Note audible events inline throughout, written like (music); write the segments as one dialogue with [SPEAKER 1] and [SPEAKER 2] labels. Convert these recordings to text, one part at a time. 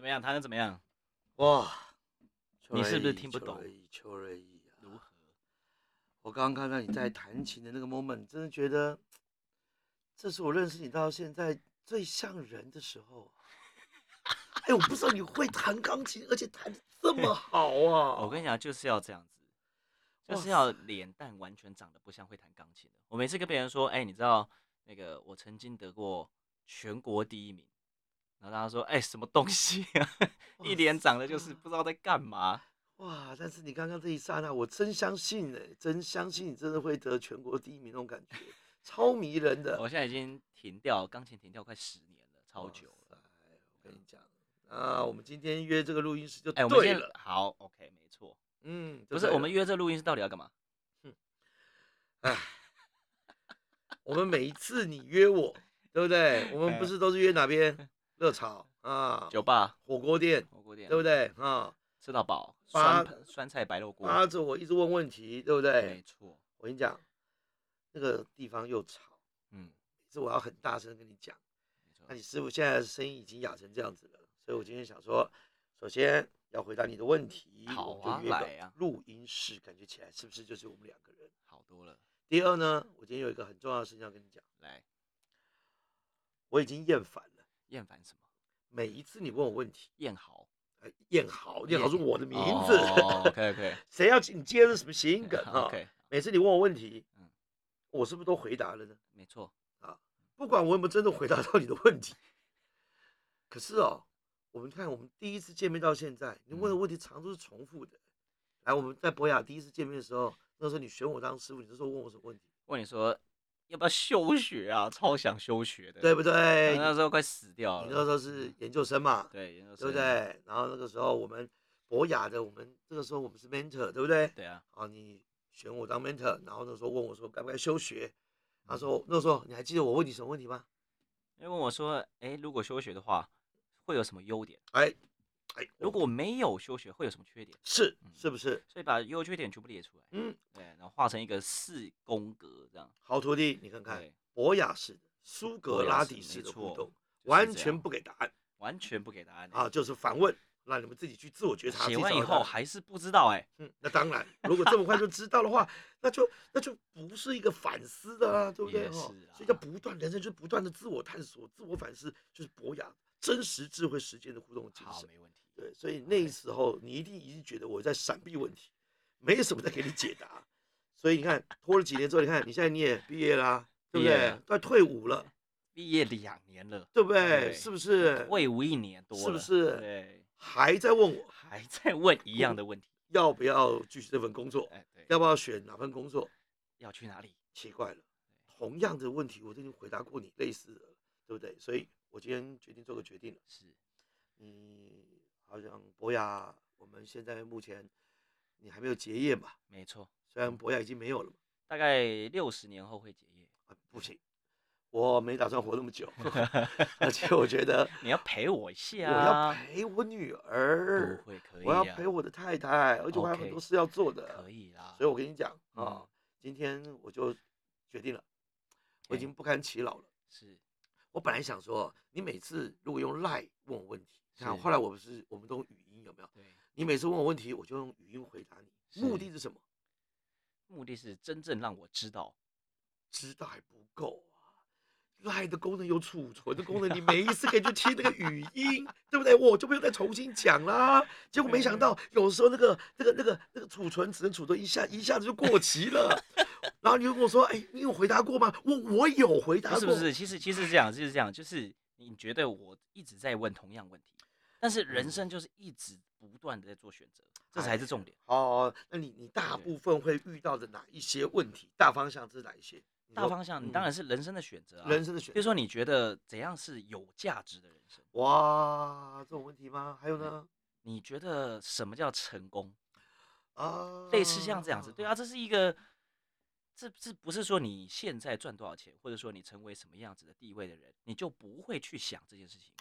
[SPEAKER 1] 么样？他能怎么样？
[SPEAKER 2] 哇，
[SPEAKER 1] 你是不是
[SPEAKER 2] 邱瑞义
[SPEAKER 1] 听不懂
[SPEAKER 2] 邱瑞义，邱瑞义啊
[SPEAKER 1] 如何？
[SPEAKER 2] 我刚刚看到你在弹琴的那个 moment，真的觉得，这是我认识你到现在最像人的时
[SPEAKER 1] (laughs)
[SPEAKER 2] 候。哎，我不知道你会弹钢琴，而且弹的这么好啊！
[SPEAKER 1] 我跟你讲，就是要这样子，就
[SPEAKER 2] 哇
[SPEAKER 1] 是要脸蛋完全长得不像会弹钢琴的。我每次跟别人说，哎、你知道那个我曾经得过全国第一名，然后大家说，哎、什么东西啊？ (laughs) 一脸长得就是不知道在干嘛。
[SPEAKER 2] 哇！但是你刚刚这一刹那，我真相信哎、真相信你真的会得全国第一名那种感觉，超迷人的。
[SPEAKER 1] 我现在已经停掉钢琴，停掉快十年了，超
[SPEAKER 2] 哇
[SPEAKER 1] 久了。
[SPEAKER 2] 塞我跟你讲，啊，我们今天约这个录音室就
[SPEAKER 1] 哎、我们
[SPEAKER 2] 对
[SPEAKER 1] 现
[SPEAKER 2] 了
[SPEAKER 1] 在。好，OK，没错，
[SPEAKER 2] 嗯，就
[SPEAKER 1] 不是
[SPEAKER 2] 对
[SPEAKER 1] 我
[SPEAKER 2] 了
[SPEAKER 1] 们约这录音是到底要干嘛？
[SPEAKER 2] 我们每一次你约我，对不对？我
[SPEAKER 1] 哎
[SPEAKER 2] 们不是都是约哪边？热炒啊，
[SPEAKER 1] 酒吧、
[SPEAKER 2] 火锅店，
[SPEAKER 1] 火锅店，
[SPEAKER 2] 对不？对啊？
[SPEAKER 1] 吃到饱，
[SPEAKER 2] 八
[SPEAKER 1] 酸盆酸菜白肉锅，
[SPEAKER 2] 拉着我一直问问题，对不
[SPEAKER 1] 没
[SPEAKER 2] 对？
[SPEAKER 1] 错，
[SPEAKER 2] 我跟你讲，那个地方又吵，
[SPEAKER 1] 嗯，
[SPEAKER 2] 这我要很大声跟你讲。
[SPEAKER 1] 没错
[SPEAKER 2] 那你师傅现在的声音已经哑成这样子了，所以我今天想说，首先要回答你的问题，
[SPEAKER 1] 好
[SPEAKER 2] 我们
[SPEAKER 1] 啊
[SPEAKER 2] 就约
[SPEAKER 1] 来
[SPEAKER 2] 个
[SPEAKER 1] 啊
[SPEAKER 2] 录音室，感觉起来是不是就是我们两个人？
[SPEAKER 1] 好多了，
[SPEAKER 2] 第二呢，我今天有一个很重要的事情要跟你讲，
[SPEAKER 1] 来
[SPEAKER 2] 我已经厌烦了，
[SPEAKER 1] 厌烦什么？
[SPEAKER 2] 每一次你问我问题。
[SPEAKER 1] 燕豪
[SPEAKER 2] 呃燕豪，燕豪是我的名字，
[SPEAKER 1] 哦，OK OK，
[SPEAKER 2] (laughs) 谁要你接的什么谐音
[SPEAKER 1] (laughs)
[SPEAKER 2] 梗啊
[SPEAKER 1] OK，
[SPEAKER 2] 每次你问我问题，
[SPEAKER 1] 嗯
[SPEAKER 2] 我是不是都回答了呢？
[SPEAKER 1] 没错，
[SPEAKER 2] 不管我有没有真的回答到你的问题，可是哦，我们看我们第一次见面到现在，你问的
[SPEAKER 1] 嗯
[SPEAKER 2] 问题常都是重复的。来，我们在博雅第一次见面的时候，那时候你选我当师傅，你就说问我什么问题，
[SPEAKER 1] 问你说要不要休学啊？超想休学的，
[SPEAKER 2] 对不对？
[SPEAKER 1] 我那时候快死掉
[SPEAKER 2] 你
[SPEAKER 1] 了，
[SPEAKER 2] 那时候是研究生嘛，
[SPEAKER 1] 对，研究
[SPEAKER 2] 对不
[SPEAKER 1] 生
[SPEAKER 2] 对？？然后那个时候我们博雅的，我们这个时候我们是 mentor，对不对？
[SPEAKER 1] 对啊，
[SPEAKER 2] 啊，你选我当 mentor，然后那时候问我说该不该休学，
[SPEAKER 1] 嗯
[SPEAKER 2] 他说那时候你还记得我问你什么问题吗？
[SPEAKER 1] 因为问我说，哎，如果休学的话会有什么优点？
[SPEAKER 2] 哎，哎，
[SPEAKER 1] 如果没有休学会有什么缺点？
[SPEAKER 2] 是
[SPEAKER 1] 嗯
[SPEAKER 2] 是不是？
[SPEAKER 1] 所以把优缺点全部列出来，
[SPEAKER 2] 嗯，
[SPEAKER 1] 对，然后画成一个四宫格这样，
[SPEAKER 2] 好徒弟，你看看
[SPEAKER 1] 对，
[SPEAKER 2] 博雅式的、苏格拉底式
[SPEAKER 1] 是
[SPEAKER 2] 的互动，
[SPEAKER 1] 这
[SPEAKER 2] 完
[SPEAKER 1] 样
[SPEAKER 2] 全不给答案
[SPEAKER 1] 完全不给答案的
[SPEAKER 2] 啊，就是反问，让你们自己去自我觉察。自
[SPEAKER 1] 写
[SPEAKER 2] 己
[SPEAKER 1] 完
[SPEAKER 2] 找
[SPEAKER 1] 以
[SPEAKER 2] 答
[SPEAKER 1] 后
[SPEAKER 2] 案
[SPEAKER 1] 还是不知道哎、
[SPEAKER 2] 嗯，那当然，如果这么快就知道的话，那就那就不是一个反思的啊，对不对？
[SPEAKER 1] 也
[SPEAKER 2] 哦
[SPEAKER 1] 是，
[SPEAKER 2] 所以叫
[SPEAKER 1] 啊
[SPEAKER 2] 不断，人生就是不断的自我探索、自我反思，就是博雅真实智慧实践的互动精
[SPEAKER 1] 好，
[SPEAKER 2] 神。
[SPEAKER 1] 没问题。
[SPEAKER 2] 对，所以那时候你一定已经觉得我在闪避问题，没什么在给你解答。所以你看，拖了几年之后，你看你现在你也毕业啦、对不
[SPEAKER 1] 毕业
[SPEAKER 2] 对
[SPEAKER 1] 了？
[SPEAKER 2] 都要退伍了，
[SPEAKER 1] 毕业两年了，
[SPEAKER 2] 对不对？
[SPEAKER 1] 对
[SPEAKER 2] 是不是？
[SPEAKER 1] 未无一年多
[SPEAKER 2] 是不
[SPEAKER 1] 了
[SPEAKER 2] 是
[SPEAKER 1] 对，
[SPEAKER 2] 还在问我
[SPEAKER 1] 还 (laughs) 在问一样的问题。
[SPEAKER 2] 要不要继续这份工作，
[SPEAKER 1] 哎，对，
[SPEAKER 2] 要不要选哪份工作？
[SPEAKER 1] 要去哪里？
[SPEAKER 2] 奇怪了，同样的问题我都已经回答过你类似的了，对不对？所以我今天决定做个决定了。
[SPEAKER 1] 是
[SPEAKER 2] 你好像博雅，我们现在目前你还没有结业嘛？
[SPEAKER 1] 没错，
[SPEAKER 2] 虽然博雅已经没有了嘛，
[SPEAKER 1] 大概六十年后会结业。
[SPEAKER 2] 啊不行，我没打算活那
[SPEAKER 1] (laughs)
[SPEAKER 2] 么久，而且我觉得
[SPEAKER 1] 你要陪我一
[SPEAKER 2] 我
[SPEAKER 1] 下
[SPEAKER 2] 要
[SPEAKER 1] 啊，
[SPEAKER 2] 陪我女
[SPEAKER 1] 不
[SPEAKER 2] 儿，
[SPEAKER 1] 会可以、啊，
[SPEAKER 2] 我要陪我的太太，而且我还有很
[SPEAKER 1] OK，
[SPEAKER 2] 多事要做的。
[SPEAKER 1] 可以啦。
[SPEAKER 2] 所以我跟你讲啊、
[SPEAKER 1] 嗯
[SPEAKER 2] 今天我就决定了，我
[SPEAKER 1] 哎
[SPEAKER 2] 已经不堪其扰了。
[SPEAKER 1] 是
[SPEAKER 2] 我本来想说，你每次如果用 Line 问我问题，你看
[SPEAKER 1] 是
[SPEAKER 2] 后来我不是我们都用语音有没有？
[SPEAKER 1] 对，
[SPEAKER 2] 你每次问我问题，我就用语音回答你，目
[SPEAKER 1] 是
[SPEAKER 2] 的是什么？
[SPEAKER 1] 目的是真正让我知道
[SPEAKER 2] 知道还不够啊，Line 的功能有储存的功能，你每一次可以去听那个语音，对不对？我就不用再重新讲啦。结果没想到有时候那个那个那个那个储存只能储存一下，一下子就过期了。然后你就跟我说，哎，你有回答过吗？我我有回答
[SPEAKER 1] 不
[SPEAKER 2] 过，
[SPEAKER 1] 是不是，其实其实是这样，就是这样，就是你觉得我一直在问同样问题，但是人
[SPEAKER 2] 嗯
[SPEAKER 1] 生就是一直不断的在做选择，
[SPEAKER 2] 哎
[SPEAKER 1] 这才是重点。
[SPEAKER 2] 哦，那你你大
[SPEAKER 1] 对
[SPEAKER 2] 部分会遇到的哪一些问题？大方向是哪一些？你
[SPEAKER 1] 大
[SPEAKER 2] 说
[SPEAKER 1] 方向，你当
[SPEAKER 2] 嗯
[SPEAKER 1] 然是人生的选择啊。
[SPEAKER 2] 人生的选
[SPEAKER 1] 比如
[SPEAKER 2] 择。
[SPEAKER 1] 说，你觉得怎样是有价值的人生？
[SPEAKER 2] 哇，这种问题吗？还有呢？
[SPEAKER 1] 你觉得什么叫成功？
[SPEAKER 2] 啊，
[SPEAKER 1] 类似像这样子，对啊，，这是一个，这这不是说你现在赚多少钱，或者说你成为什么样子的地位的人，你就不会去想这件事情。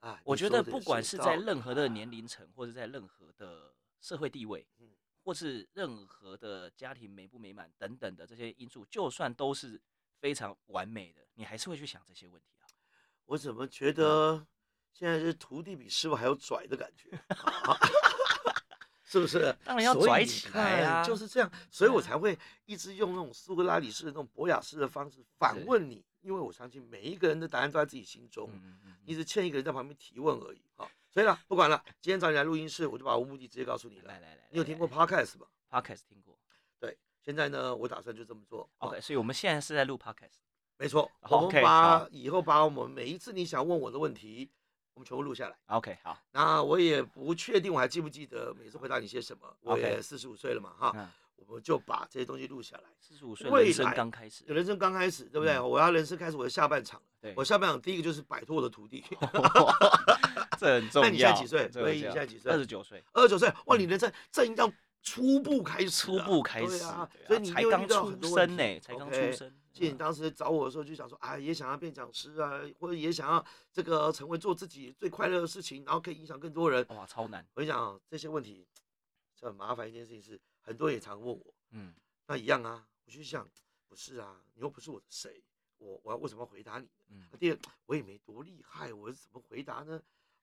[SPEAKER 2] 啊，
[SPEAKER 1] 我
[SPEAKER 2] 你
[SPEAKER 1] 觉
[SPEAKER 2] 说
[SPEAKER 1] 得
[SPEAKER 2] 的
[SPEAKER 1] 不管是在
[SPEAKER 2] 道
[SPEAKER 1] 任何的
[SPEAKER 2] 理啊
[SPEAKER 1] 年龄层，或者在任何的社会地位
[SPEAKER 2] 嗯，
[SPEAKER 1] 或是任何的家庭美不美满等等的这些因素，就算都是非常完美的，你还是会去想这些问题啊。
[SPEAKER 2] 我怎么觉得现在是徒弟比师傅还要拽的感觉，
[SPEAKER 1] (laughs)
[SPEAKER 2] 啊 (laughs) 是不是？
[SPEAKER 1] 当然要
[SPEAKER 2] 所以
[SPEAKER 1] 拽
[SPEAKER 2] 你
[SPEAKER 1] 起来啊
[SPEAKER 2] 看就是这样，所以我
[SPEAKER 1] 对啊
[SPEAKER 2] 才会一直用那种苏格拉底式的那种博雅式的方式反
[SPEAKER 1] 是
[SPEAKER 2] 问你，因为我相信每一个人的答案都在自己心中。
[SPEAKER 1] 嗯嗯
[SPEAKER 2] 你只欠一个人在旁边提问而已啊。所以呢，不管了，今天找你来录音室，我就把我目的直接告诉你
[SPEAKER 1] 嗯
[SPEAKER 2] 了
[SPEAKER 1] 来。来来，
[SPEAKER 2] 你有
[SPEAKER 1] 来
[SPEAKER 2] 听过
[SPEAKER 1] 来
[SPEAKER 2] podcast 吧？
[SPEAKER 1] podcast 听过
[SPEAKER 2] 对，现在呢，我打算就这么做。啊
[SPEAKER 1] ？OK，所以我们现在是在录 podcast。
[SPEAKER 2] 没错，
[SPEAKER 1] 好
[SPEAKER 2] 我们
[SPEAKER 1] OK，
[SPEAKER 2] 把
[SPEAKER 1] 好
[SPEAKER 2] 以后把我们每一次你想问我的问题，我们全部录下来。
[SPEAKER 1] OK，好，
[SPEAKER 2] 那我也不确定我还记不记得每次回答你些什么。我
[SPEAKER 1] OK
[SPEAKER 2] 也四十五岁了嘛，哈，
[SPEAKER 1] 嗯，
[SPEAKER 2] 我们就把这些东西录下来。
[SPEAKER 1] 四十五岁
[SPEAKER 2] 未
[SPEAKER 1] 人生
[SPEAKER 2] 来
[SPEAKER 1] 刚开始，
[SPEAKER 2] 人生刚开始，对不对？
[SPEAKER 1] 嗯
[SPEAKER 2] 我要人生开始我的下半场了。
[SPEAKER 1] 对
[SPEAKER 2] (laughs)
[SPEAKER 1] 哦
[SPEAKER 2] 我下半场第一个就是摆脱我的徒弟。
[SPEAKER 1] 这很重要。
[SPEAKER 2] 那你现在几岁
[SPEAKER 1] 这很
[SPEAKER 2] 威
[SPEAKER 1] 重
[SPEAKER 2] 你
[SPEAKER 1] 要
[SPEAKER 2] 现在几岁
[SPEAKER 1] 二十九岁，
[SPEAKER 2] 二十九岁，哇，你人生正要初步开始啊，
[SPEAKER 1] 嗯初步开
[SPEAKER 2] 对
[SPEAKER 1] 始，
[SPEAKER 2] 啊
[SPEAKER 1] 对，
[SPEAKER 2] 所以你一
[SPEAKER 1] 才
[SPEAKER 2] 定会
[SPEAKER 1] 刚
[SPEAKER 2] 遇到很
[SPEAKER 1] 出
[SPEAKER 2] 多问
[SPEAKER 1] 生
[SPEAKER 2] 题
[SPEAKER 1] 呢，才刚出
[SPEAKER 2] OK
[SPEAKER 1] 生。
[SPEAKER 2] 记得你
[SPEAKER 1] 嗯
[SPEAKER 2] 当时找我的时候就想说啊，也想要变讲师啊，或者也想要这个成为做自己最快乐的事情，然后可以影响更多人。
[SPEAKER 1] 哇，超难。
[SPEAKER 2] 我跟你讲、啊，这些问题，这很麻烦一件事情是，很多人也常问我，
[SPEAKER 1] 嗯，
[SPEAKER 2] 那一样啊，我就想，不是啊，你又不是我的谁，我我要为什么要回答你？
[SPEAKER 1] 嗯
[SPEAKER 2] 那第二，我也没多厉害，我是怎么回答呢？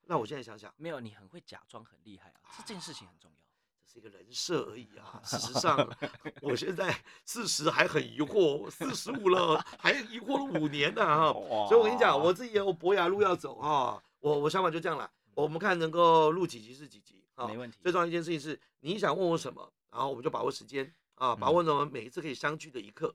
[SPEAKER 2] 那我现在想想，
[SPEAKER 1] 没有，你很会假装很厉害啊，这件事情很重要。
[SPEAKER 2] 这是一个人设而已啊。事实上， (laughs) 我现在四十还很疑惑，四十五了还疑惑了五年呢、啊。
[SPEAKER 1] 哇
[SPEAKER 2] 所以我跟你讲，我自己也有博雅路要走啊。我我想法就这样啦，我们看能够录几集是几集啊
[SPEAKER 1] 嗯没。问题。
[SPEAKER 2] 最重要一件事情是，你想问我什么，然后我们就把握时间啊，把
[SPEAKER 1] 嗯
[SPEAKER 2] 握呢我们每一次可以相聚的一刻。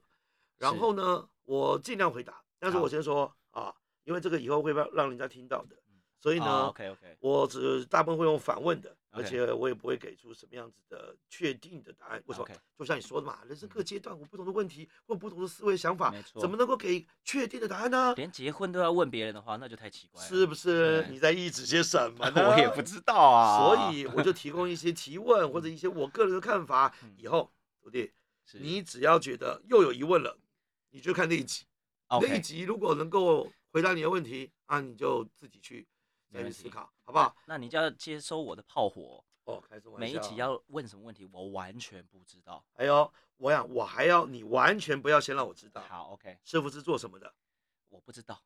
[SPEAKER 2] 然后呢，我尽量回答，但是
[SPEAKER 1] 好
[SPEAKER 2] 我先说啊，因为这个以后会让让人家听到的，所以呢，
[SPEAKER 1] 嗯啊，OK OK，
[SPEAKER 2] 我只大部分会用反问的，而
[SPEAKER 1] OK
[SPEAKER 2] 且我也不会给出什么样子的确定的答案。为什么
[SPEAKER 1] OK？
[SPEAKER 2] 就像你说的嘛，人生各
[SPEAKER 1] 嗯
[SPEAKER 2] 阶段我不同的问题或不同的思维想法
[SPEAKER 1] 没，错
[SPEAKER 2] 怎么能够给确定的答案呢？
[SPEAKER 1] 连结婚都要问别人的话，那就太奇怪了。
[SPEAKER 2] 是不是
[SPEAKER 1] 对
[SPEAKER 2] 你在意指些什么
[SPEAKER 1] (laughs)
[SPEAKER 2] 呢？
[SPEAKER 1] 我也不知道啊。嗯
[SPEAKER 2] 所以我就提供一些提问或者一些我个人的看法。以后徒弟，
[SPEAKER 1] 是
[SPEAKER 2] 你只要觉得又有疑问了，你就看那一集。那一
[SPEAKER 1] OK，
[SPEAKER 2] 集如果能够回答你的问题啊，你就自己去
[SPEAKER 1] 没
[SPEAKER 2] 再去
[SPEAKER 1] 问
[SPEAKER 2] 思
[SPEAKER 1] 题
[SPEAKER 2] 考，好不好？
[SPEAKER 1] 那你就要接收我的炮火，
[SPEAKER 2] 哦，开什么玩
[SPEAKER 1] 每一
[SPEAKER 2] 笑
[SPEAKER 1] 集要问什么问题，我完全不知道。
[SPEAKER 2] 哎呦，我想我还要你完全不要先让我知道
[SPEAKER 1] 好，OK，
[SPEAKER 2] 师傅是做什么的，
[SPEAKER 1] 我不知道。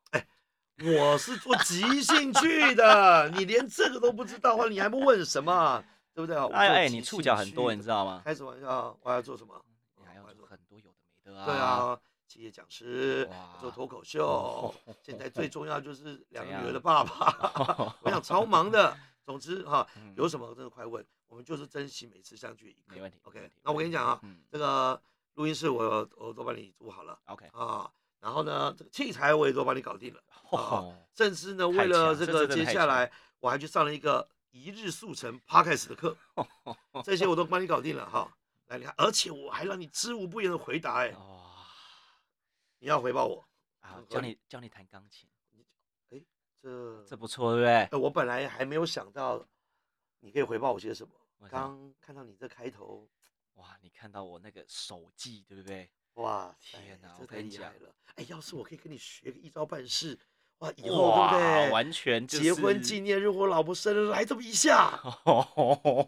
[SPEAKER 2] 我是做即兴
[SPEAKER 1] (laughs)
[SPEAKER 2] 剧的，你连这个都不知道的话，你还不问什么，对不对？我
[SPEAKER 1] 哎
[SPEAKER 2] 做
[SPEAKER 1] 哎，
[SPEAKER 2] 即
[SPEAKER 1] 你触
[SPEAKER 2] 兴
[SPEAKER 1] 角很
[SPEAKER 2] 剧
[SPEAKER 1] 多，
[SPEAKER 2] 的
[SPEAKER 1] 你知道吗？
[SPEAKER 2] 开什么玩笑？我还要做什么？
[SPEAKER 1] 你还
[SPEAKER 2] 哦
[SPEAKER 1] 要
[SPEAKER 2] 我还
[SPEAKER 1] 做
[SPEAKER 2] 做
[SPEAKER 1] 很多有的没的啊。
[SPEAKER 2] 对，啊，企业讲师，
[SPEAKER 1] 哇
[SPEAKER 2] 做脱
[SPEAKER 1] (laughs)
[SPEAKER 2] 口秀，现在最重要就是两个女儿的爸爸 (laughs)
[SPEAKER 1] 样，
[SPEAKER 2] 我想超忙的。总之哈，
[SPEAKER 1] 嗯
[SPEAKER 2] 有什么真的快问，我们就是珍惜每次相聚的一刻。
[SPEAKER 1] 没问题没
[SPEAKER 2] OK，
[SPEAKER 1] 问题
[SPEAKER 2] 那我跟你讲啊，
[SPEAKER 1] 嗯
[SPEAKER 2] 这个录音室我我都帮你租好了。
[SPEAKER 1] ，OK，
[SPEAKER 2] 啊，然后呢，这个器材我也都帮你搞定了，
[SPEAKER 1] 哦，
[SPEAKER 2] 甚至呢，为
[SPEAKER 1] 太
[SPEAKER 2] 了
[SPEAKER 1] 强
[SPEAKER 2] 这
[SPEAKER 1] 这
[SPEAKER 2] 个
[SPEAKER 1] 真的
[SPEAKER 2] 接
[SPEAKER 1] 太
[SPEAKER 2] 下
[SPEAKER 1] 强
[SPEAKER 2] 来我还去上了一个一日速成 podcast 的课，这些我都帮你搞定了哈。来，你看，而且我还让你知无不言的回答，哎，
[SPEAKER 1] 哇
[SPEAKER 2] 你要回报我，
[SPEAKER 1] 啊
[SPEAKER 2] 很，合
[SPEAKER 1] 教
[SPEAKER 2] 理
[SPEAKER 1] 你教你弹钢琴，
[SPEAKER 2] 这
[SPEAKER 1] 这不错，对不对？
[SPEAKER 2] 哎，我本来还没有想到你可以回报我些什么，
[SPEAKER 1] 为什么
[SPEAKER 2] 刚看到你这开头，
[SPEAKER 1] 哇，你看到我那个手技，对不对？ (laughs)
[SPEAKER 2] 哇塞，
[SPEAKER 1] 天哪
[SPEAKER 2] 这
[SPEAKER 1] 我
[SPEAKER 2] 太
[SPEAKER 1] 跟你
[SPEAKER 2] 厉害
[SPEAKER 1] 讲
[SPEAKER 2] 了，哎，要是我可以跟你学个一招半式，哇，以后对
[SPEAKER 1] 哇
[SPEAKER 2] 不对？，
[SPEAKER 1] 完全就
[SPEAKER 2] 结婚
[SPEAKER 1] 是
[SPEAKER 2] 纪念日，我老婆生日来这么一下，
[SPEAKER 1] (laughs)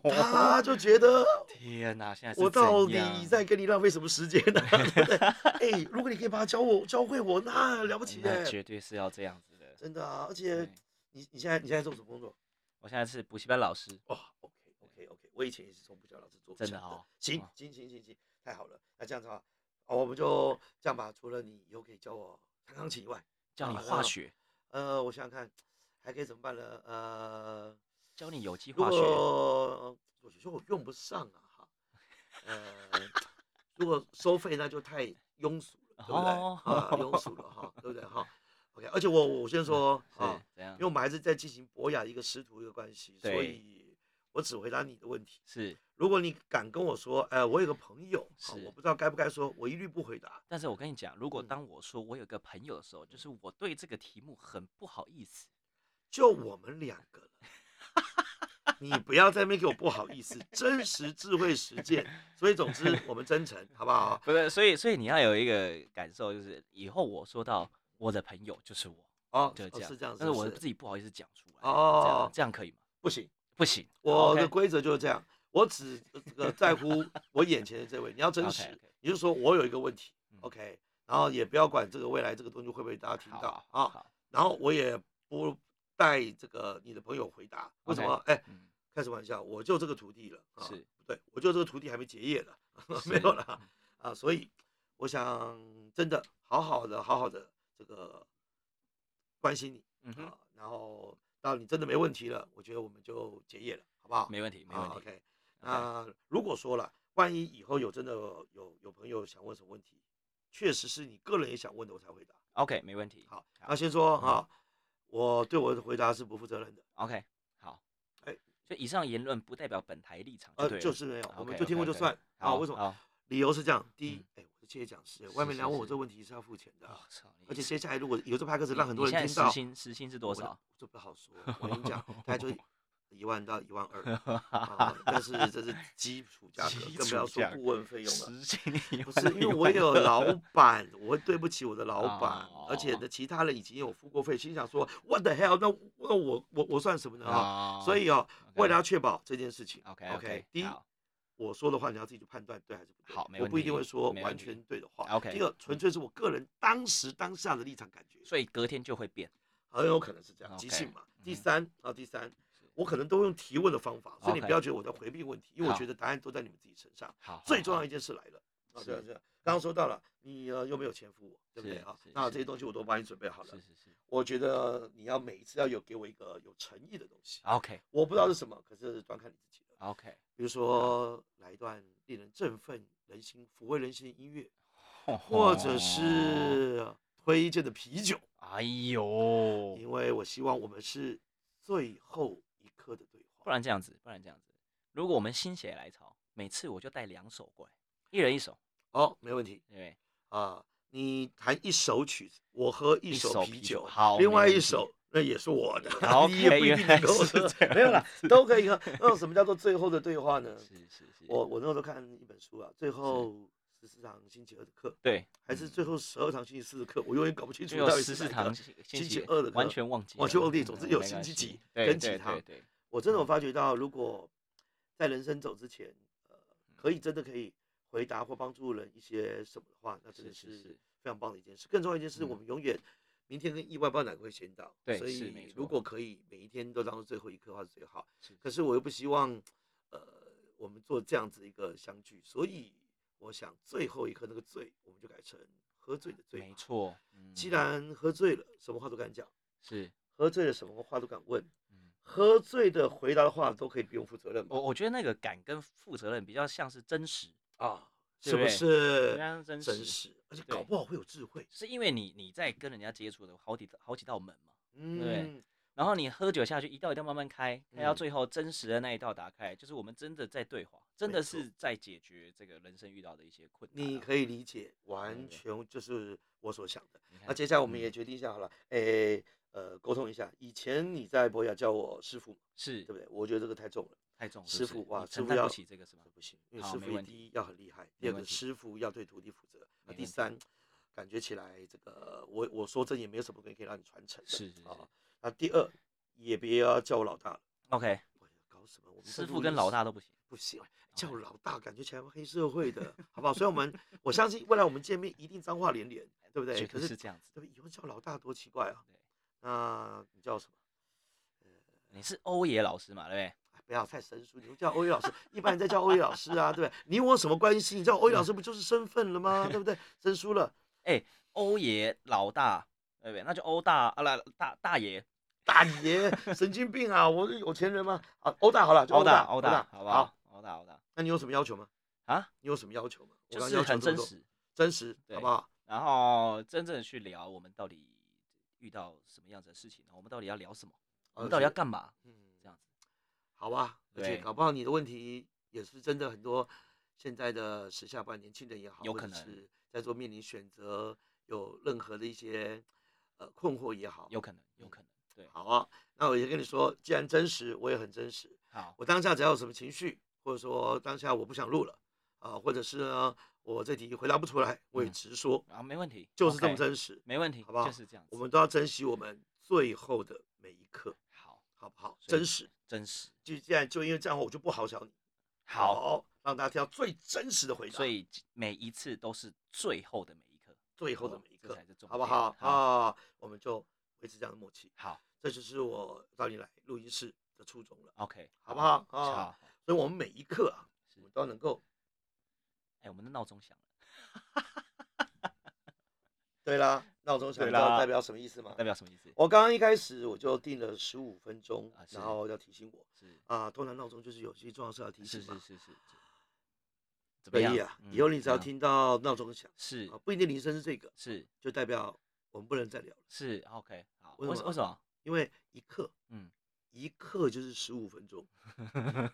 [SPEAKER 2] 他就觉得
[SPEAKER 1] 天哪，现在是
[SPEAKER 2] 我
[SPEAKER 1] 怎
[SPEAKER 2] 到底
[SPEAKER 1] 样
[SPEAKER 2] 在跟你浪费什么时间呢、 (laughs) 对不
[SPEAKER 1] (laughs)
[SPEAKER 2] 对？哎，如果你可以把他教我教会我，那了不起
[SPEAKER 1] 那
[SPEAKER 2] 耶！
[SPEAKER 1] 绝对是要这样子的。
[SPEAKER 2] 真的啊，
[SPEAKER 1] 对
[SPEAKER 2] 而且你你现在你现在做什么工作？
[SPEAKER 1] 我现在是补习班老师，
[SPEAKER 2] 哦，OK OK OK，我以前也是从补教老师做起
[SPEAKER 1] 真
[SPEAKER 2] 来
[SPEAKER 1] 的哦
[SPEAKER 2] 行
[SPEAKER 1] 哦
[SPEAKER 2] 行行行行，太好了。那这样子啊，哦，我们就这样吧。除了你以后可以教我弹钢琴以外，
[SPEAKER 1] 教你
[SPEAKER 2] 啊
[SPEAKER 1] 化学，
[SPEAKER 2] 呃，我想想看，还可以怎么办呢？呃，
[SPEAKER 1] 教你有机
[SPEAKER 2] 如
[SPEAKER 1] 化学，
[SPEAKER 2] 果有时候用不上啊，哈，呃，如果收费那就太庸俗了，对不对？
[SPEAKER 1] 哦
[SPEAKER 2] 啊，庸俗了哈，对不对哈？OK，而且我我先说啊
[SPEAKER 1] 嗯是，怎样
[SPEAKER 2] 因为？我们还是在进行博雅一个师徒一个关系，所
[SPEAKER 1] 对
[SPEAKER 2] 以我只回答你的问题。
[SPEAKER 1] 是，
[SPEAKER 2] 如果你敢跟我说，哎、我有个朋友，啊
[SPEAKER 1] 是
[SPEAKER 2] 我不知道该不该说，我一律不回答。
[SPEAKER 1] 但是我跟你讲，如果
[SPEAKER 2] 嗯
[SPEAKER 1] 当我说我有个朋友的时候，就是我对这个题目很不好意
[SPEAKER 2] (laughs)
[SPEAKER 1] 思。
[SPEAKER 2] 就我们两个了。你不要在那边给我不好意思，真实智慧实践。所以总之，我们真诚，好不好？
[SPEAKER 1] 不是，所以所以你要有一个感受，就是以后我说到我的朋友就是我，
[SPEAKER 2] 哦，
[SPEAKER 1] 就
[SPEAKER 2] 哦
[SPEAKER 1] 这样。
[SPEAKER 2] 是这样，
[SPEAKER 1] 但是我
[SPEAKER 2] 不
[SPEAKER 1] 自己不好意思讲出来。这
[SPEAKER 2] 哦
[SPEAKER 1] 样，这样可以吗？
[SPEAKER 2] 不行，
[SPEAKER 1] 不行，
[SPEAKER 2] 我的
[SPEAKER 1] OK
[SPEAKER 2] 规则就是这样，我只呃这个在乎我眼前的这位，你要真
[SPEAKER 1] OK，OK
[SPEAKER 2] 实，你就说我有一个问题
[SPEAKER 1] 嗯
[SPEAKER 2] ，OK，然后也不要管这个未来这个东西会不会大家听
[SPEAKER 1] 好
[SPEAKER 2] 到
[SPEAKER 1] 好
[SPEAKER 2] 啊，
[SPEAKER 1] 好，
[SPEAKER 2] 然后我也不带这个你的朋友回答，为什
[SPEAKER 1] OK
[SPEAKER 2] 么？哎、
[SPEAKER 1] 嗯
[SPEAKER 2] 开什么玩笑？我就这个徒弟了，啊、
[SPEAKER 1] 是
[SPEAKER 2] 不对，我就这个徒弟还没结业呢， (laughs) (laughs) 没
[SPEAKER 1] 是嗯
[SPEAKER 2] 有啦，啊，所以我想真的好好的好好的这个关心你
[SPEAKER 1] 嗯哼，
[SPEAKER 2] 啊，然后到你真的没问题了，我觉得我们就结业了，好不好？
[SPEAKER 1] 没问题，没问
[SPEAKER 2] 啊
[SPEAKER 1] 题。
[SPEAKER 2] ，OK。那如果说了，万一以后有真的有有朋友想问什么问题，确实是你个人也想问的，我才回答。
[SPEAKER 1] OK，没问题。
[SPEAKER 2] 好，那先说
[SPEAKER 1] 嗯
[SPEAKER 2] 啊，我对我的回答是不负责任的，
[SPEAKER 1] ，OK，好。
[SPEAKER 2] 哎
[SPEAKER 1] 就以上言论不代表本台立场就
[SPEAKER 2] 呃
[SPEAKER 1] 对，了，
[SPEAKER 2] 就是没有，我们
[SPEAKER 1] OK，OK，OK，
[SPEAKER 2] 就听过就算啊。
[SPEAKER 1] 好，
[SPEAKER 2] 为什么？
[SPEAKER 1] 好？
[SPEAKER 2] 理由是这样，第一
[SPEAKER 1] 嗯，
[SPEAKER 2] 哎，我是企业讲师，
[SPEAKER 1] 是
[SPEAKER 2] 外面来
[SPEAKER 1] 是
[SPEAKER 2] 问我
[SPEAKER 1] 是
[SPEAKER 2] 这个问题是要付钱的，
[SPEAKER 1] 哦操你
[SPEAKER 2] 而且接下来如果有这拍克是
[SPEAKER 1] 你
[SPEAKER 2] 让很多
[SPEAKER 1] 你
[SPEAKER 2] 人
[SPEAKER 1] 现
[SPEAKER 2] 听
[SPEAKER 1] 在
[SPEAKER 2] 到
[SPEAKER 1] 时，薪时薪是多
[SPEAKER 2] 我的
[SPEAKER 1] 少？
[SPEAKER 2] 这不好说，我跟你讲，
[SPEAKER 1] (laughs)
[SPEAKER 2] 大概就一万到一万二。啊，但是这是基础价格，
[SPEAKER 1] 基
[SPEAKER 2] 更不要
[SPEAKER 1] 础
[SPEAKER 2] 说
[SPEAKER 1] 价
[SPEAKER 2] 顾问费用了。
[SPEAKER 1] 时
[SPEAKER 2] (laughs)
[SPEAKER 1] 薪
[SPEAKER 2] 不是因为我也有老
[SPEAKER 1] (laughs)
[SPEAKER 2] 板，我对不起我的老板，而且
[SPEAKER 1] 哦
[SPEAKER 2] 呢，其他人已经有付过费，心想说 What the hell？那那我我我算什么呢啊？
[SPEAKER 1] 啊
[SPEAKER 2] 所以哦，为了要
[SPEAKER 1] OK
[SPEAKER 2] 确保这件事情
[SPEAKER 1] OK，OK，
[SPEAKER 2] 第一
[SPEAKER 1] 好，
[SPEAKER 2] 我说的话你要自己去判断对还是不对，
[SPEAKER 1] 好没
[SPEAKER 2] 我
[SPEAKER 1] 问
[SPEAKER 2] 不一定
[SPEAKER 1] 题
[SPEAKER 2] 会说
[SPEAKER 1] 没
[SPEAKER 2] 完
[SPEAKER 1] 问题
[SPEAKER 2] 全对的话。
[SPEAKER 1] OK，
[SPEAKER 2] 第二，纯
[SPEAKER 1] 嗯
[SPEAKER 2] 粹是我个人当时当下的立场感觉，
[SPEAKER 1] 所以隔天就会变。
[SPEAKER 2] 很有可能是这样，即
[SPEAKER 1] OK，
[SPEAKER 2] 兴嘛。第
[SPEAKER 1] 嗯哼
[SPEAKER 2] 三啊，第三。我可能都用提问的方法，所以你不
[SPEAKER 1] OK
[SPEAKER 2] 要觉得我在回避问题，因为我
[SPEAKER 1] 好
[SPEAKER 2] 觉得答案都在你们自己身上。
[SPEAKER 1] 好，好
[SPEAKER 2] 最重要
[SPEAKER 1] 好
[SPEAKER 2] 一件事来了啊，
[SPEAKER 1] 是
[SPEAKER 2] 对啊对啊，刚刚说到了，你呃又没有钱付我，对不对
[SPEAKER 1] 是
[SPEAKER 2] 啊
[SPEAKER 1] 是？
[SPEAKER 2] 那
[SPEAKER 1] 是
[SPEAKER 2] 这些东西我都帮你准备好了
[SPEAKER 1] 是。是是
[SPEAKER 2] 我觉得你要每一次要有给我一个有诚意的东西，
[SPEAKER 1] ，OK
[SPEAKER 2] 我不知道是什么，可是端看你自己了。
[SPEAKER 1] OK，
[SPEAKER 2] 比如说来一段令人振奋人心、抚慰人心的音乐，或
[SPEAKER 1] 或
[SPEAKER 2] 者，是呃推荐的啤酒，
[SPEAKER 1] (laughs) 哎呦，
[SPEAKER 2] 因为我希望我们是最后一刻的对
[SPEAKER 1] 不
[SPEAKER 2] 话。
[SPEAKER 1] 然这样子，不然这样子，如果我们心血来潮，每次我就带两首过来，一人一首，
[SPEAKER 2] 哦，没问题
[SPEAKER 1] 对不对？
[SPEAKER 2] 啊。你弹一首曲子，我喝一
[SPEAKER 1] 一
[SPEAKER 2] 手
[SPEAKER 1] 手
[SPEAKER 2] 啤
[SPEAKER 1] 啤酒
[SPEAKER 2] 酒，
[SPEAKER 1] 好
[SPEAKER 2] 另
[SPEAKER 1] 没
[SPEAKER 2] 外一
[SPEAKER 1] 问题
[SPEAKER 2] 首那也是
[SPEAKER 1] (laughs)
[SPEAKER 2] 我的，你
[SPEAKER 1] OK，
[SPEAKER 2] 也不一
[SPEAKER 1] 原
[SPEAKER 2] 定
[SPEAKER 1] 来
[SPEAKER 2] 能够
[SPEAKER 1] 是
[SPEAKER 2] 喝
[SPEAKER 1] 这样
[SPEAKER 2] 没有啦，都可以喝。那什么叫做最后的对话呢？
[SPEAKER 1] (laughs) 是是是，
[SPEAKER 2] 呃我我那时候看一本书啊，最后十四堂星期二的课，
[SPEAKER 1] 对，
[SPEAKER 2] 还是
[SPEAKER 1] 嗯
[SPEAKER 2] 最后十二堂星期四的课，我永远搞不清楚
[SPEAKER 1] 只
[SPEAKER 2] 到
[SPEAKER 1] 有
[SPEAKER 2] 底
[SPEAKER 1] 十
[SPEAKER 2] 是
[SPEAKER 1] 四
[SPEAKER 2] 哪一
[SPEAKER 1] 堂
[SPEAKER 2] 个。
[SPEAKER 1] 星
[SPEAKER 2] 星期
[SPEAKER 1] 期
[SPEAKER 2] 二的
[SPEAKER 1] 完
[SPEAKER 2] 课
[SPEAKER 1] 全忘记了，
[SPEAKER 2] 完全忘记
[SPEAKER 1] 嗯
[SPEAKER 2] 总之
[SPEAKER 1] 嗯
[SPEAKER 2] 有
[SPEAKER 1] 没
[SPEAKER 2] 星
[SPEAKER 1] 关
[SPEAKER 2] 期
[SPEAKER 1] 系
[SPEAKER 2] 几
[SPEAKER 1] 对
[SPEAKER 2] 跟几
[SPEAKER 1] 对嗯
[SPEAKER 2] 堂
[SPEAKER 1] 对对
[SPEAKER 2] 我真的有发觉到，如果在人生走之前，呃，可以真的可以回答或帮助人一些什么的话，那真的
[SPEAKER 1] 是是
[SPEAKER 2] 是
[SPEAKER 1] 是
[SPEAKER 2] 非常棒的一件事。更重要一件事，
[SPEAKER 1] 嗯
[SPEAKER 2] 我们永远明天跟意外不知道哪个会先到，
[SPEAKER 1] 对
[SPEAKER 2] 所
[SPEAKER 1] 是没
[SPEAKER 2] 以如
[SPEAKER 1] 错
[SPEAKER 2] 果可以每一天都当做最后一刻的话是最好。
[SPEAKER 1] 是
[SPEAKER 2] 可是我又不希望，呃，我们做这样子一个相聚，所以我想最后一刻那个醉，我们就改成喝醉的醉。
[SPEAKER 1] 没。错，嗯
[SPEAKER 2] 既然喝醉了，什么话都敢讲；
[SPEAKER 1] 是，
[SPEAKER 2] 喝醉了，什么话都敢问。
[SPEAKER 1] 嗯
[SPEAKER 2] 喝醉的回答的话都可以不用负责任吧
[SPEAKER 1] 我我觉得那个敢跟负责任比较像是真实，
[SPEAKER 2] 啊，
[SPEAKER 1] 对
[SPEAKER 2] 是
[SPEAKER 1] 不
[SPEAKER 2] 不
[SPEAKER 1] 对
[SPEAKER 2] 是
[SPEAKER 1] 非常真实
[SPEAKER 2] 实？而且
[SPEAKER 1] 对
[SPEAKER 2] 搞不好会有智慧。
[SPEAKER 1] 是因为你你在跟人家接触的好几好几道门嘛，
[SPEAKER 2] 嗯，
[SPEAKER 1] 然后你喝酒下去一道一道慢慢开，开到
[SPEAKER 2] 嗯
[SPEAKER 1] 最后真实的那一道打开，就是我们真的在对话，真
[SPEAKER 2] 没
[SPEAKER 1] 的
[SPEAKER 2] 错
[SPEAKER 1] 是在解决这个人生遇到的一些困难啊。
[SPEAKER 2] 你可以理解，完
[SPEAKER 1] 对
[SPEAKER 2] 全就是我所想的。
[SPEAKER 1] 你
[SPEAKER 2] 那
[SPEAKER 1] 看
[SPEAKER 2] 接下来我们
[SPEAKER 1] 嗯
[SPEAKER 2] 也决定一下好了，诶，呃，沟通一下。以前你在博雅叫我师傅，
[SPEAKER 1] 是
[SPEAKER 2] 对不对？我觉得这个太重了。
[SPEAKER 1] 太重是
[SPEAKER 2] 师
[SPEAKER 1] 不是，
[SPEAKER 2] 傅哇，
[SPEAKER 1] 你
[SPEAKER 2] 师
[SPEAKER 1] 承
[SPEAKER 2] 傅
[SPEAKER 1] 担
[SPEAKER 2] 要
[SPEAKER 1] 不起这个是吗
[SPEAKER 2] (laughs) 这？不行，因为
[SPEAKER 1] 好
[SPEAKER 2] 师
[SPEAKER 1] 没
[SPEAKER 2] 傅
[SPEAKER 1] 问
[SPEAKER 2] 第
[SPEAKER 1] 题
[SPEAKER 2] 一要很厉害，第
[SPEAKER 1] 没
[SPEAKER 2] 二个
[SPEAKER 1] 问题
[SPEAKER 2] 师傅要对徒弟负责，那
[SPEAKER 1] 没
[SPEAKER 2] 第
[SPEAKER 1] 问题
[SPEAKER 2] 三感觉起来这个我我说真也没有什么东西可以让你传承的
[SPEAKER 1] 是是是
[SPEAKER 2] 啊。那第二也别要叫我老大了，
[SPEAKER 1] ，OK，
[SPEAKER 2] 我搞什么？我们
[SPEAKER 1] 师
[SPEAKER 2] 这
[SPEAKER 1] 傅
[SPEAKER 2] 录
[SPEAKER 1] 跟
[SPEAKER 2] 音
[SPEAKER 1] 老
[SPEAKER 2] 室
[SPEAKER 1] 大都哎不行。
[SPEAKER 2] 不行，叫我老大感觉起来黑社会的，好不好？所以
[SPEAKER 1] (laughs)
[SPEAKER 2] 我们我相信未来我们见面一定脏话连连，对不对？
[SPEAKER 1] 绝
[SPEAKER 2] 可
[SPEAKER 1] 对
[SPEAKER 2] 是
[SPEAKER 1] 哎是这样子。
[SPEAKER 2] 对不对以后叫老大多奇怪啊！
[SPEAKER 1] 对，
[SPEAKER 2] 那你叫我什么？
[SPEAKER 1] 你是欧野老师嘛，对不
[SPEAKER 2] 哎不要太生疏，你就叫欧阳老师，一般人在叫欧阳老师啊，对不对？你我什么关系？你叫欧阳老师不就是身份了吗？对不对？生疏了，
[SPEAKER 1] 对？哎、欧野老大，对不对？那就欧大啊，来大大爷，
[SPEAKER 2] 大爷，神经病啊！我是有钱人吗？啊，欧大好了，就
[SPEAKER 1] 欧
[SPEAKER 2] 大，
[SPEAKER 1] 欧
[SPEAKER 2] 大
[SPEAKER 1] 大，，好不好？欧大欧大
[SPEAKER 2] 那你有什么要求吗？
[SPEAKER 1] 啊，
[SPEAKER 2] 你有什么要求吗？我
[SPEAKER 1] 就
[SPEAKER 2] 刚
[SPEAKER 1] 是
[SPEAKER 2] 要求
[SPEAKER 1] 很
[SPEAKER 2] 这
[SPEAKER 1] 真
[SPEAKER 2] 么多，
[SPEAKER 1] 实，
[SPEAKER 2] 真实，
[SPEAKER 1] 对
[SPEAKER 2] 好不好？
[SPEAKER 1] 然后真正的去聊我们到底遇到什么样子的事情，我们到底要聊什么，我
[SPEAKER 2] 呃
[SPEAKER 1] 们到底要干嘛，
[SPEAKER 2] 嗯，
[SPEAKER 1] 这样子。
[SPEAKER 2] 好吧。而且
[SPEAKER 1] 对
[SPEAKER 2] 搞不好你的问题也是真的很多，现在的时下不管年轻人也好，
[SPEAKER 1] 有
[SPEAKER 2] 或者
[SPEAKER 1] 可能
[SPEAKER 2] 是在做面临选择，有任何的一些呃困惑也好，
[SPEAKER 1] 有可能，有可能，对，
[SPEAKER 2] 好啊，那我也跟你说，既然真实，我也很真实。
[SPEAKER 1] 好，
[SPEAKER 2] 我当下只要有什么情绪，或者说当下我不想录了啊、或者是呢我这题回答不出来，我也
[SPEAKER 1] 嗯
[SPEAKER 2] 直说，
[SPEAKER 1] 啊，没问题，
[SPEAKER 2] 就是这么
[SPEAKER 1] OK，
[SPEAKER 2] 真实。
[SPEAKER 1] 没问题，
[SPEAKER 2] 好不好
[SPEAKER 1] 就是这样子。
[SPEAKER 2] 我们都要珍惜我们最后的每一刻，
[SPEAKER 1] 好，
[SPEAKER 2] 好不好？
[SPEAKER 1] 所以
[SPEAKER 2] 真实，
[SPEAKER 1] 真实，
[SPEAKER 2] 就既然就因为这样，我就不好小你。
[SPEAKER 1] 好，
[SPEAKER 2] 让大家听到最真实的回答，
[SPEAKER 1] 所以每一次都是最后的每一刻，
[SPEAKER 2] 最后的
[SPEAKER 1] 哦
[SPEAKER 2] 每一
[SPEAKER 1] 这
[SPEAKER 2] 刻
[SPEAKER 1] 才是，重
[SPEAKER 2] 好不
[SPEAKER 1] 点
[SPEAKER 2] 好？
[SPEAKER 1] 好
[SPEAKER 2] 啊，我们就维持这样的默契。
[SPEAKER 1] 好
[SPEAKER 2] 这就是我找你来录音室的初衷了，
[SPEAKER 1] ，OK，
[SPEAKER 2] 好不好？
[SPEAKER 1] 好，
[SPEAKER 2] 啊、
[SPEAKER 1] 好，
[SPEAKER 2] 所以我们每一刻啊，
[SPEAKER 1] 是
[SPEAKER 2] 我们都能够
[SPEAKER 1] 哎，我们的闹钟响了，
[SPEAKER 2] 对啦，闹钟响，
[SPEAKER 1] 对
[SPEAKER 2] 你知道
[SPEAKER 1] 啦
[SPEAKER 2] 代表什么意思吗
[SPEAKER 1] 代？表什么意思？
[SPEAKER 2] 我刚刚一开始我就定了十五分钟
[SPEAKER 1] 啊，是
[SPEAKER 2] 然后要提醒我
[SPEAKER 1] 是
[SPEAKER 2] 啊。通常闹钟就是有些重要事要提
[SPEAKER 1] 是
[SPEAKER 2] 醒
[SPEAKER 1] 是
[SPEAKER 2] 嘛。
[SPEAKER 1] 是是，是怎么
[SPEAKER 2] 所
[SPEAKER 1] 样
[SPEAKER 2] 以啊？，
[SPEAKER 1] 嗯
[SPEAKER 2] 以后你只要
[SPEAKER 1] 怎么样
[SPEAKER 2] 听到闹钟响
[SPEAKER 1] 是
[SPEAKER 2] 啊，不一定铃声是这个，
[SPEAKER 1] 是
[SPEAKER 2] 就代表我们不能再聊了，
[SPEAKER 1] 是 OK，好，
[SPEAKER 2] 为
[SPEAKER 1] 为
[SPEAKER 2] 什
[SPEAKER 1] 什
[SPEAKER 2] 么
[SPEAKER 1] 为什么？
[SPEAKER 2] 因为一刻
[SPEAKER 1] 嗯，
[SPEAKER 2] 一刻就是十五分钟，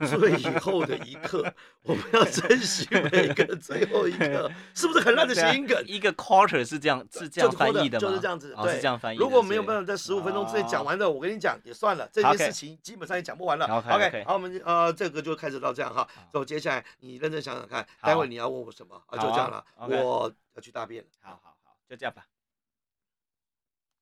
[SPEAKER 2] 所以以后的一
[SPEAKER 1] (laughs)
[SPEAKER 2] 刻，我们要珍惜每个最后一刻，是不是很烂的谐音梗？
[SPEAKER 1] 啊一个 quarter 是这样是这样
[SPEAKER 2] 就是
[SPEAKER 1] 翻译
[SPEAKER 2] quarter，
[SPEAKER 1] 的吗？
[SPEAKER 2] 就是这样子
[SPEAKER 1] 哦
[SPEAKER 2] 对
[SPEAKER 1] 是这哦样翻译的。
[SPEAKER 2] 如果没有办法
[SPEAKER 1] 法，
[SPEAKER 2] 在十五分钟之内讲完的，我跟你讲也算了，这件
[SPEAKER 1] OK
[SPEAKER 2] 事情基本上也讲不完了。
[SPEAKER 1] OK，OK
[SPEAKER 2] 好，我们呃这个就开始到这样哈。所以接下来你认真想想看，
[SPEAKER 1] 好
[SPEAKER 2] 待会你要问我什么啊？就这样了，
[SPEAKER 1] 好啊，OK
[SPEAKER 2] 我要去大便了。
[SPEAKER 1] 好好好，就这样吧。